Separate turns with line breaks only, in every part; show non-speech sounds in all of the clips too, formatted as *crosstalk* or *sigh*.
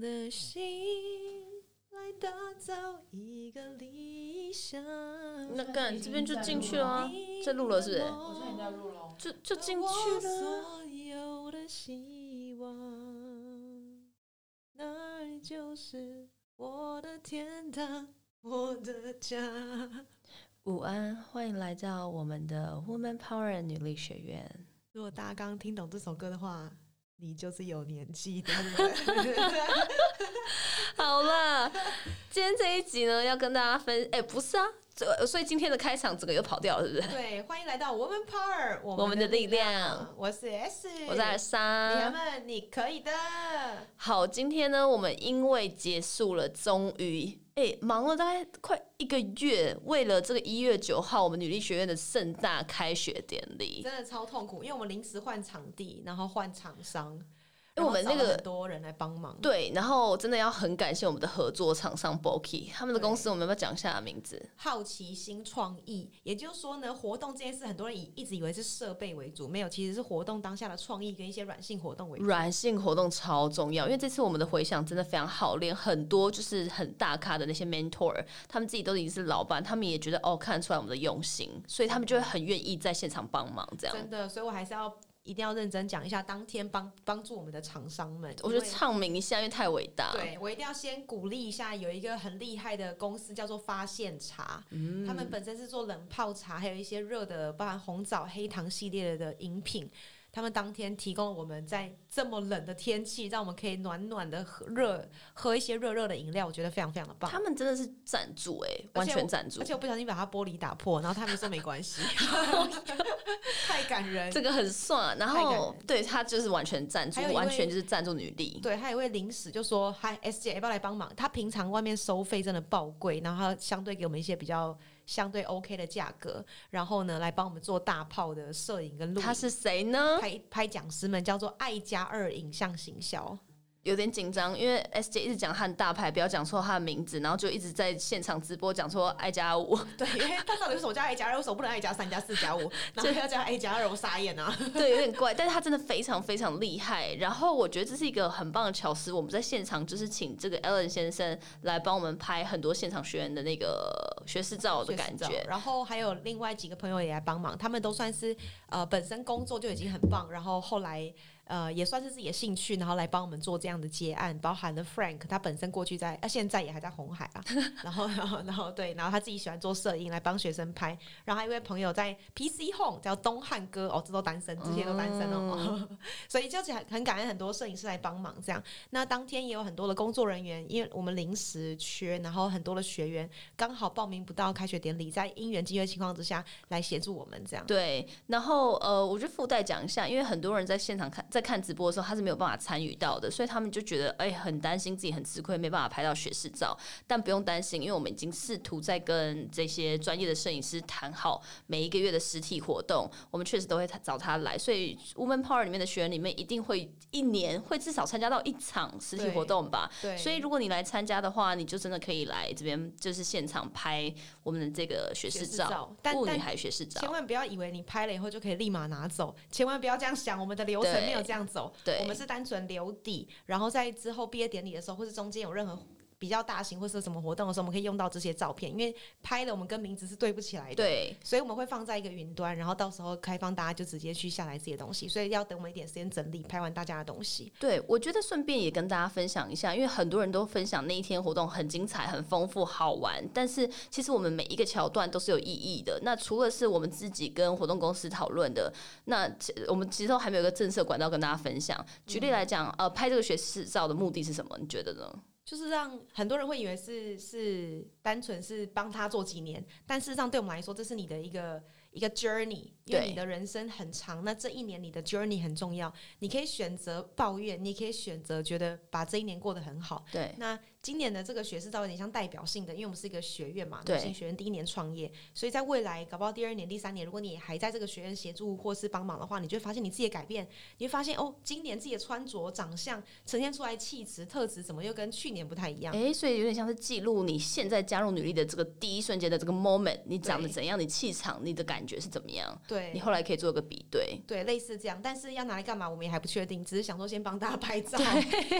的心来打造一个理想。
那干这边就进去了啊，这录了是不是？
我现在已经在录了哦。
就就进去了啊。
所有的希望，那儿就是我的天堂，我的家。
午安，欢迎来到我们的 Woman Power 女力学院。
如果大家刚听懂这首歌的话，你就是有年纪的。
*laughs*
*laughs*
好了，今天这一集呢，要跟大家分，哎、不是啊，这所以今天的开场整个又跑掉了，是不是？
对，欢迎来到 Woman Power，我
我们的力量
量。我是 S，
我是二
娘
三。
们，你可以的。
好，今天呢，我们因为结束了，终于。哎、忙了大概快一个月，为了这个一月九号我们女力学院的盛大开学典礼，
真的超痛苦，因为我们临时换场地，然后换厂商，
因为我们
然后
那
找了
个
很多人来帮忙。
对，然后真的要很感谢我们的合作厂商 Boki，他们的公司我们要不要讲一下名字？
好奇心创意，也就是说呢，活动这件事很多人以一直以为是设备为主，没有，其实是活动当下的创意跟一些软性活动为主。
软性活动超重要，因为这次我们的回响真的非常好，连很多就是很大咖的那些 mentor，他们自己都已经是老板，他们也觉得哦看得出来我们的用心，所以他们就会很愿意在现场帮忙这样。
真的，所以我还是要一定要认真讲一下，当天帮帮助我们的厂商们，
我觉
因
得
为
唱名一下，因为太伟大。
对我一定要先鼓励一下，有一个很厉害的公司叫做发现茶，
嗯
他们本身是做冷泡茶，还有一些热的，包含红枣、黑糖系列的饮品。他们当天提供了我们在这么冷的天气，让我们可以暖暖的喝热喝一些热热的饮料，我觉得非常非常的棒。
他们真的是赞助哎、
而
完
且我
全赞助
而，且我不小心把它玻璃打破，然后他们说没关
*laughs*
系， *laughs* 太感人。
这个很算。然
太感
后
人
对他就是完全赞助
还有，一
完
位
全就是赞助女力。
对，还有一位临时就说：“嗨，S 姐，要不要来帮忙？”他平常外面收费真的爆贵，然后他相对给我们一些比较相对 OK 的价格，然后呢，来帮我们做大炮的摄影跟录
他
影。
是谁呢？
拍拍讲师们叫做爱加二影像行销， *laughs*
有点紧张，因为 S 姐一直讲他很大牌，不要讲错他的名字，然后就一直在现场直播讲说爱加五。
对，因为他到底为什么叫爱加二，为什么不能爱加三加四加五， *laughs* 然后要加爱加二，我傻眼啊！
对，有点怪，但是他真的非常非常厉害。然后我觉得这是一个很棒的巧思，我们在现场就是请这个 Alan 先生来帮我们拍很多现场学员的那个学士照的感
确实
觉
哦。然后还有另外几个朋友也来帮忙，他们都算是呃本身工作就已经很棒，然后后来呃也算是自己的兴趣，然后来帮我们做这样的接案，包含了 Frank，他本身过去在啊现在也还在红海啊， *laughs* 然后然后然后对，然后他自己喜欢做摄影来帮学生拍，然后还有一位朋友在 PC Home 叫东汉哥哦，这都单身，这些都单身哦， *laughs* 所以就是很很感恩很多摄影师来帮忙这样。那当天也有很多的工作人员，因为我们临时缺，然后很多的学员刚好报名不到开学典礼，在因缘机会情况之下来协助我们这样。
对，然后呃，我就附带讲一下，因为很多人在现场看在看直播的时候，他是没有办法参与到的，所以他们就觉得哎、很担心自己很吃亏，没办法拍到学士照。但不用担心，因为我们已经试图在跟这些专业的摄影师谈好每一个月的实体活动，我们确实都会找他来。所以 Woman Power 里面的学员里面一定会一年会至少参加到一场实体活动吧。
对
所以如果你来参加的话，你就真的可以来这边，就是现场拍我们的这个学士
学士
照
照，但
雾女
但
孩学士照。
千万不要以为你拍了以后就可以立马拿走，千万不要这样想。我们的流程
对
没有这样走，
对
我们是单纯留底，然后在之后毕业典礼的时候，或是中间有任何比较大型或是什么活动的时候，我们可以用到这些照片，因为拍了我们跟名字是对不起来的。
对，
所以我们会放在一个云端，然后到时候开放大家就直接去下载自己的东西，所以要等我们一点时间整理拍完大家的东西。
对，我觉得顺便也跟大家分享一下，因为很多人都分享那一天活动很精彩、很丰富、好玩，但是其实我们每一个桥段都是有意义的。那除了是我们自己跟活动公司讨论的，那其我们其实都还没有一个正式的管道跟大家分享。举例来讲，呃，拍这个学士照的目的是什么？你觉得呢？
就是让很多人会以为是是单纯是帮他做几年，但事实上对我们来说，这是你的一个一个 journey，因
对
为你的人生很长，那这一年你的 journey 很重要，你可以选择抱怨，你可以选择觉得把这一年过得很好，
对，
那今年的这个学士照有点像代表性的，因为我们是一个学院嘛，
对
女性学院第一年创业，所以在未来搞不好第二年、第三年，如果你也还在这个学院协助或是帮忙的话，你就会发现你自己的改变，你会发现哦，今年自己的穿着、长相呈现出来气质、特质，怎么又跟去年不太一样？
*laughs* 诶，所以有点像是记录你现在加入女力的这个第一瞬间的这个 moment，你长得
对
怎样，你气场、你的感感觉是怎么样，
对
你后来可以做个比对。
对，类似这样，但是要拿来干嘛，我们也还不确定，只是想说先帮大家拍
*laughs*
照，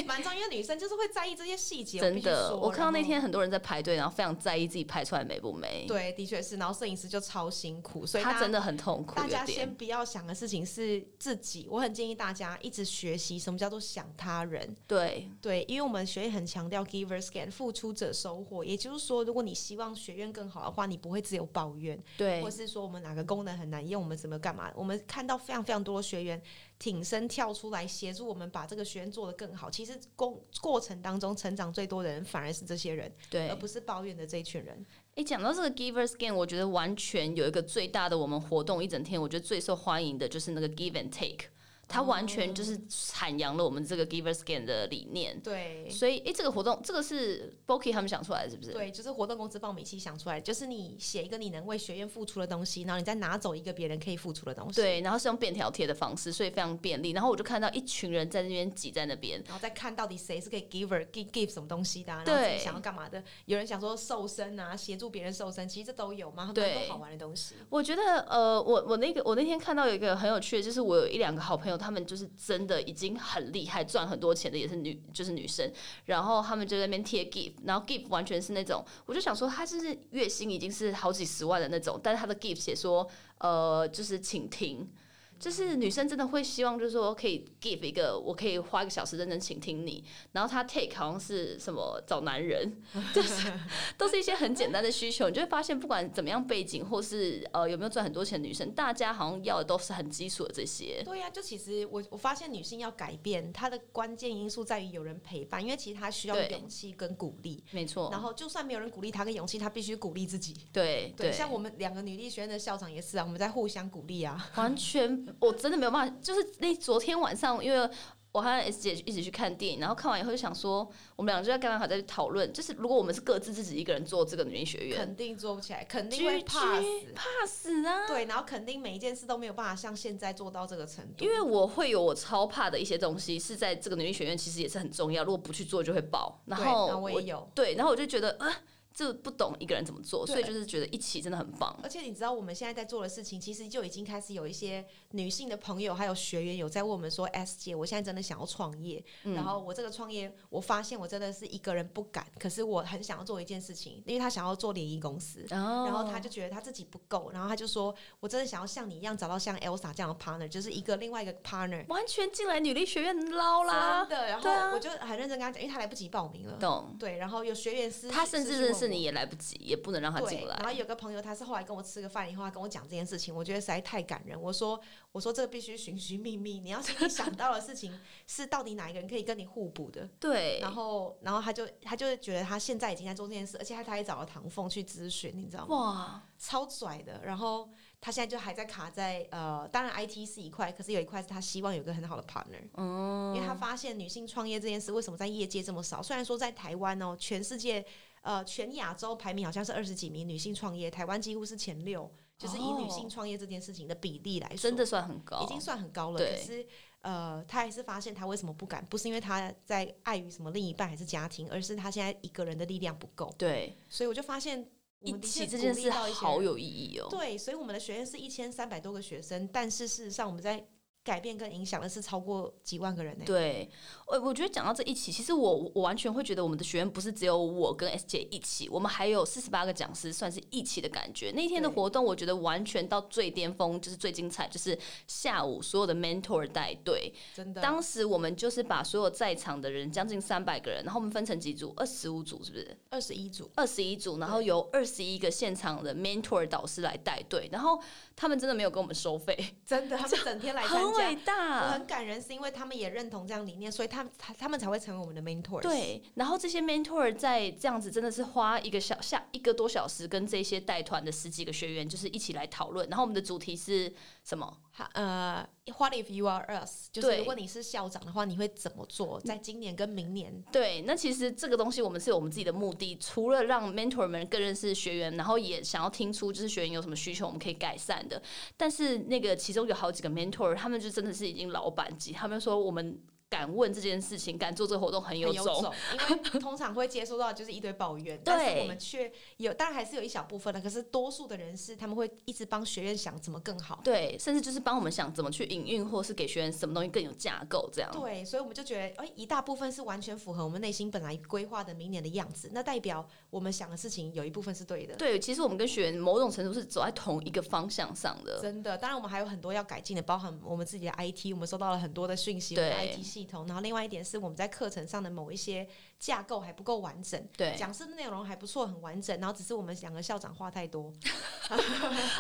蛮重要。因为女生就是会在意这些细节，
真
我必须
的，
说
我看到那。天
然后
很多人在排队，然后非常在意自己拍出来美不美。，
对，的确是，然后摄影师就超辛苦，所以大
他
家
真的很痛苦，
大家
有
先
点
不要想的事情是自己，我很建议大家一直学习什么叫做想他人。
对
对，因为我们学院很强调 givers gain，付出者收获，也就是说，如果你希望学院更好的话，你不会只有抱怨，
对
或是说我们哪个功能很难用，我们怎么干嘛？我们看到非常非常多的学员挺身跳出来协助我们把这个学院做得更好。其实过过程当中成长最多的人反而是这些人，
对
而。不是抱怨的这一群人。
哎，讲到这个 Giver Scan，我觉得完全有一个最大的我们活动一整天，我觉得最受欢迎的就是那个 Give and Take，它完全就是阐扬了我们这个 Giver Scan 的理念。
嗯对。
所以，哎，这个活动这个是 Boki 他们想出来的，是不是？
对，就是活动公司帮我们一起想出来，就是你写一个你能为学院付出的东西，然后你再拿走一个别人可以付出的东西，，
对，然后是用便条贴的方式，所以非常便利。然后我就看到一群人在那边挤在那边，
然后再看到底谁是可以 giver give give 什么东西的、啊，然后自己
对
想要干嘛的。有人想说瘦身啊，协助别人瘦身，其实这都有嘛，很多
对
好玩的东西。
我觉得，呃，我我那个我那天看到有一个很有趣的，就是我有一两个好朋友，他们就是真的已经很厉害，赚很多钱的，也是女，就是女生。然后他们就在那边贴 GIF，然后 GIF 完全是那种，我就想说，他就是月薪已经是好几十万的那种，但是他的 GIF 写说，呃，就是请听。就是女生真的会希望，就是说可以 give 一个，我可以花一个小时认真倾听你。然后他 take 好像是什么找男人，都是一些 *laughs* 很简单的需求，你就会发现，不管怎么样背景，或是呃有没有赚很多钱的女生，大家好像要的都是很基础的这些。
对啊呀、就其实我我发现女性要改变，她的关键因素在于有人陪伴，因为其实她需要
对哦
勇气跟鼓励。
没错，
然后就算没有人鼓励她跟勇气，她必须鼓励自己。
对
对，
对，
像我们两个女力学院的校长也是啊，我们在互相鼓励啊。
完全我真的没有办法，就是那昨天晚上，因为。我和 S 姐一起去看电影，然后看完以后就想说，我们两个就在干嘛？好在讨论，就是如果我们是各自自己一个人做这个女力学院，
肯定做不起来，肯定
居
会怕死。
怕死啊！
对，然后肯定每一件事都没有办法像现在做到这个程度，
因为我会有我超怕的一些东西，是在这个女力学院其实也是很重要，如果不去做就会爆。然
对
后
我也有。
对，然后我就觉得啊，这不懂一个人怎么做，
对
所以就是觉得一起真的很棒。
而且你知道我们现在在做的事情，其实就已经开始有一些女性的朋友还有学员有在问我们说：“S 姐，我现在真的想要创业，
嗯
然后我这个创业，我发现我真的是一个人不敢，可是我很想要做一件事情，因为他想要做联谊公司。”然
然
后他就觉得他自己不够，然后他就说：“我真的想要像你一样找到像 Elsa 这样的 partner，就是一个另外一个 partner。
完全进来女力学院捞”啦
真，的，然
对
后
啊
我就很认真跟他讲，因为他来不及报名了。
懂？
对，然后有学员私
他甚
私
至
讯
认
问
识
我
你也来不及，也不能让他
对，
进
然后
来。
有个朋友，他是后来跟我吃个饭以后，他跟我讲这件事情，我觉得实在太感人。我说，我说这个必须寻寻觅觅，你要是你想到的事情是到底哪一个人可以跟你互补的。
对，
然后，然后他就他就觉得他现在已经在做这件事，而且他他也找了唐凤去咨询，你知道吗？
哇，
超拽的。然后他现在就还在卡在呃，当然 IT 是一块，可是有一块是他希望有一个很好的 partner。
嗯，
因为他发现女性创业这件事为什么在业界这么少？虽然说在台湾哦，全世界呃全亚洲排名好像是二十几名女性创业，台湾几乎是前六，就是以女
哦
性创业这件事情的比例来说，
真的算很高，
已经算很高了。
哦对
可是呃，他还是发现他为什么不敢，不是因为他在碍于什么另一半还是家庭，而是他现在一个人的力量不够。
对，
所以我就发现我
一
们的
起
确
这件
鼓励
事
到一些
好
人
有意义哦。
对，所以我们的学院是一千三百多个学生，但是事实上我们在改变跟影响的是超过几万个人呢、
对，呃我我觉得讲到这一起，其实我我完全会觉得我们的学院不是只有我跟 S 姐一起，我们还有四十八个讲师，算是一起的感觉。那天的
对
活动，我觉得完全到最巅峰，就是最精彩，就是下午所有的 mentor 带队。
真的。
当时我们就是把所有在场的人，将近三百个人，然后我们分成几组，二十五组是不是？
二十一组，
二十一组，然后由二十一个现场的 mentor 导师来带队，然后他们真的没有跟我们收费，
真的，他们整天来参
很伟
加。我
大
很。感人，是因为他们也认同这样理念，所以他们他他们才会成为我们的 mentor。，
对，然后这些 mentor 在这样子真的是花一个小下一个多小时，跟这些带团的十几个学员就是一起来讨论。然后我们的主题是什么？
他呃，What if you are us？就是
对
如果你是校长的话，你会怎么做？在今年跟明年，
对，那其实这个东西我们是有我们自己的目的，除了让 mentor 们更认识学员，然后也想要听出就是学员有什么需求，我们可以改善的。但是那个其中有好几个 mentor，他们就真的是已经老板级，他们说我们敢问这件事情，敢做这个活动很有
很有
种。
种，因为通常会接收到就是一堆抱怨，但是我们却有，当然还是有一小部分的，可是多数的人是他们会一直帮学院想怎么更好。
对，甚至就是帮我们想怎么去营运，或是给学员什么东西更有架构，这样。
对，所以我们就觉得，哎，一大部分是完全符合我们内心本来规划的明年的样子，那代表我们想的事情有一部分是对的，
对，其实我们跟学员某种程度是走在同一个方向上的。
真的。当然，我们还有很多要改进的，包含我们自己的 IT，我们收到了很多的讯息，我
对
们的 IT 系统。然后另外一点是，我们在课程上的某一些架构还不够完整，
对，
讲师的内容还不错，很完整。然后只是我们两个校长话太多，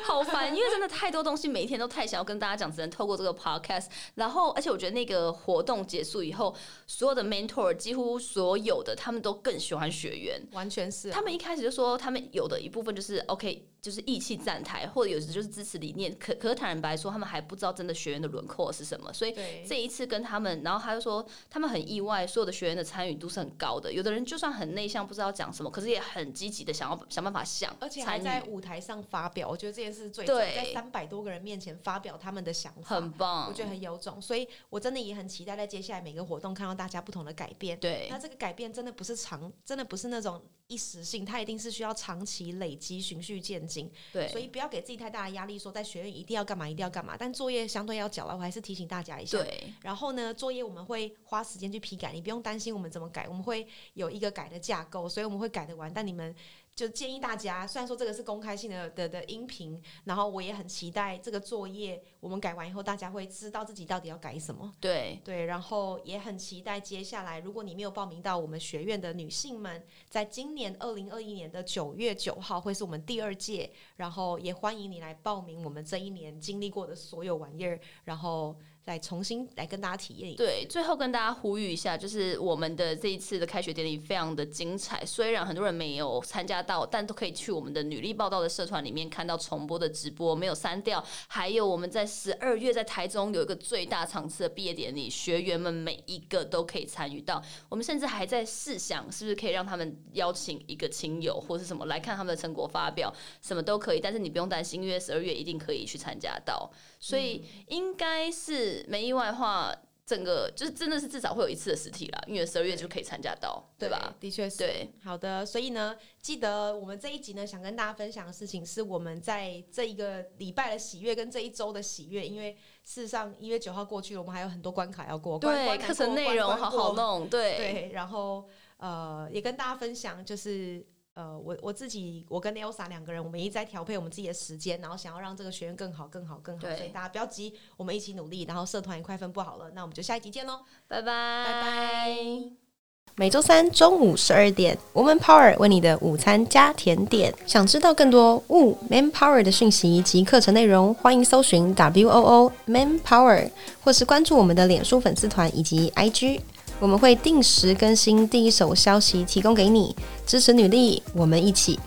好烦，因为真的太多东西，每一天都太想要跟大家讲，只能透过这个 podcast。然后，而且我觉得那个活动结束以后，所有的 mentor 几乎所有的他们都更喜欢学员。
完全是、
他们一开始就说，他们有的一部分就是 OK，就是意气站台，或者有时就是支持理念。可可是坦白说，他们还不知道真的学员的轮廓是什么，所以
对
这一次跟他们，然后他就说他们很意外，所有的学员的参与度是很高的。有的人就算很内向，不知道讲什么，可是也很积极的想要想办法想，
而且还
参
在
与，
舞台上发表，我觉得这件事最重要
对
在三百多个人面前发表他们的想法，
很棒
我。觉得很有种，所以我真的也很期待在接下来每个活动看到大家不同的改变。
对
那这个改变真的不是长，真的不是那种一时性，它一定是需要长期累积、循序渐进。所
对
以不要给自己太大的压力，说在学院一定要干嘛，一定要干嘛。但作业相对要缴了，我还是提醒大家一下。
对
然后呢，作业我们会花时间去批改，你不用担心我们怎么改，我们会有一个改的架构，所以我们会改得完。但你们就建议大家，虽然说这个是公开性的的的音频，然后我也很期待这个作业我们改完以后，大家会知道自己到底要改什么。
对
对，然后也很期待接下来，如果你没有报名到我们学院的女性们，在今年二零二一年的九月九号会是我们第二届，然后也欢迎你来报名我们这一年经历过的所有玩意儿，然后再重新来跟大家体验一次。
对，最后跟大家呼吁一下，就是我们的这一次的开学典礼非常的精彩，虽然很多人没有参加到，但都可以去我们的女力报道的社团里面看到重播的直播，没有删掉。还有我们在十二月在台中有一个最大场次的毕业典礼，学员们每一个都可以参与到。我们甚至还在试想，是不是可以让他们邀请一个亲友或是什么来看他们的成果发表，什么都可以。但是你不用担心，因为十二月一定可以去参加到，所以
嗯
应该是没意外的话。整个就是真的是至少会有一次的实体啦，因为十二月就可以参加到，对吧？？
的确是。
对
好的，所以呢，记得我们这一集呢，想跟大家分享的事情是我们在这一个礼拜的喜悦跟这一周的喜悦，因为事实上一月九号过去了，我们还有很多关卡要过，关
对，
关难
课程
过
内
关
容
关
好
过
好弄，对
对，然后呃，也跟大家分享，就是呃，我我自己，我跟 Elsa 两个人，我们一直在调配我们自己的时间，然后想要让这个学院更好、更好、更好。
对
所以大家不要急，我们一起努力。然后社团也快分布好了，那我们就下一集见喽，
拜拜。
每周三中午十二点，Woman Power 为你的午餐加甜点。想知道更多 Wo Man Power 的讯息及课程内容，欢迎搜寻 W O O Man Power，或是关注我们的脸书粉丝团以及 IG。我们会定时更新第一手消息，提供给你支持女力，我们一起。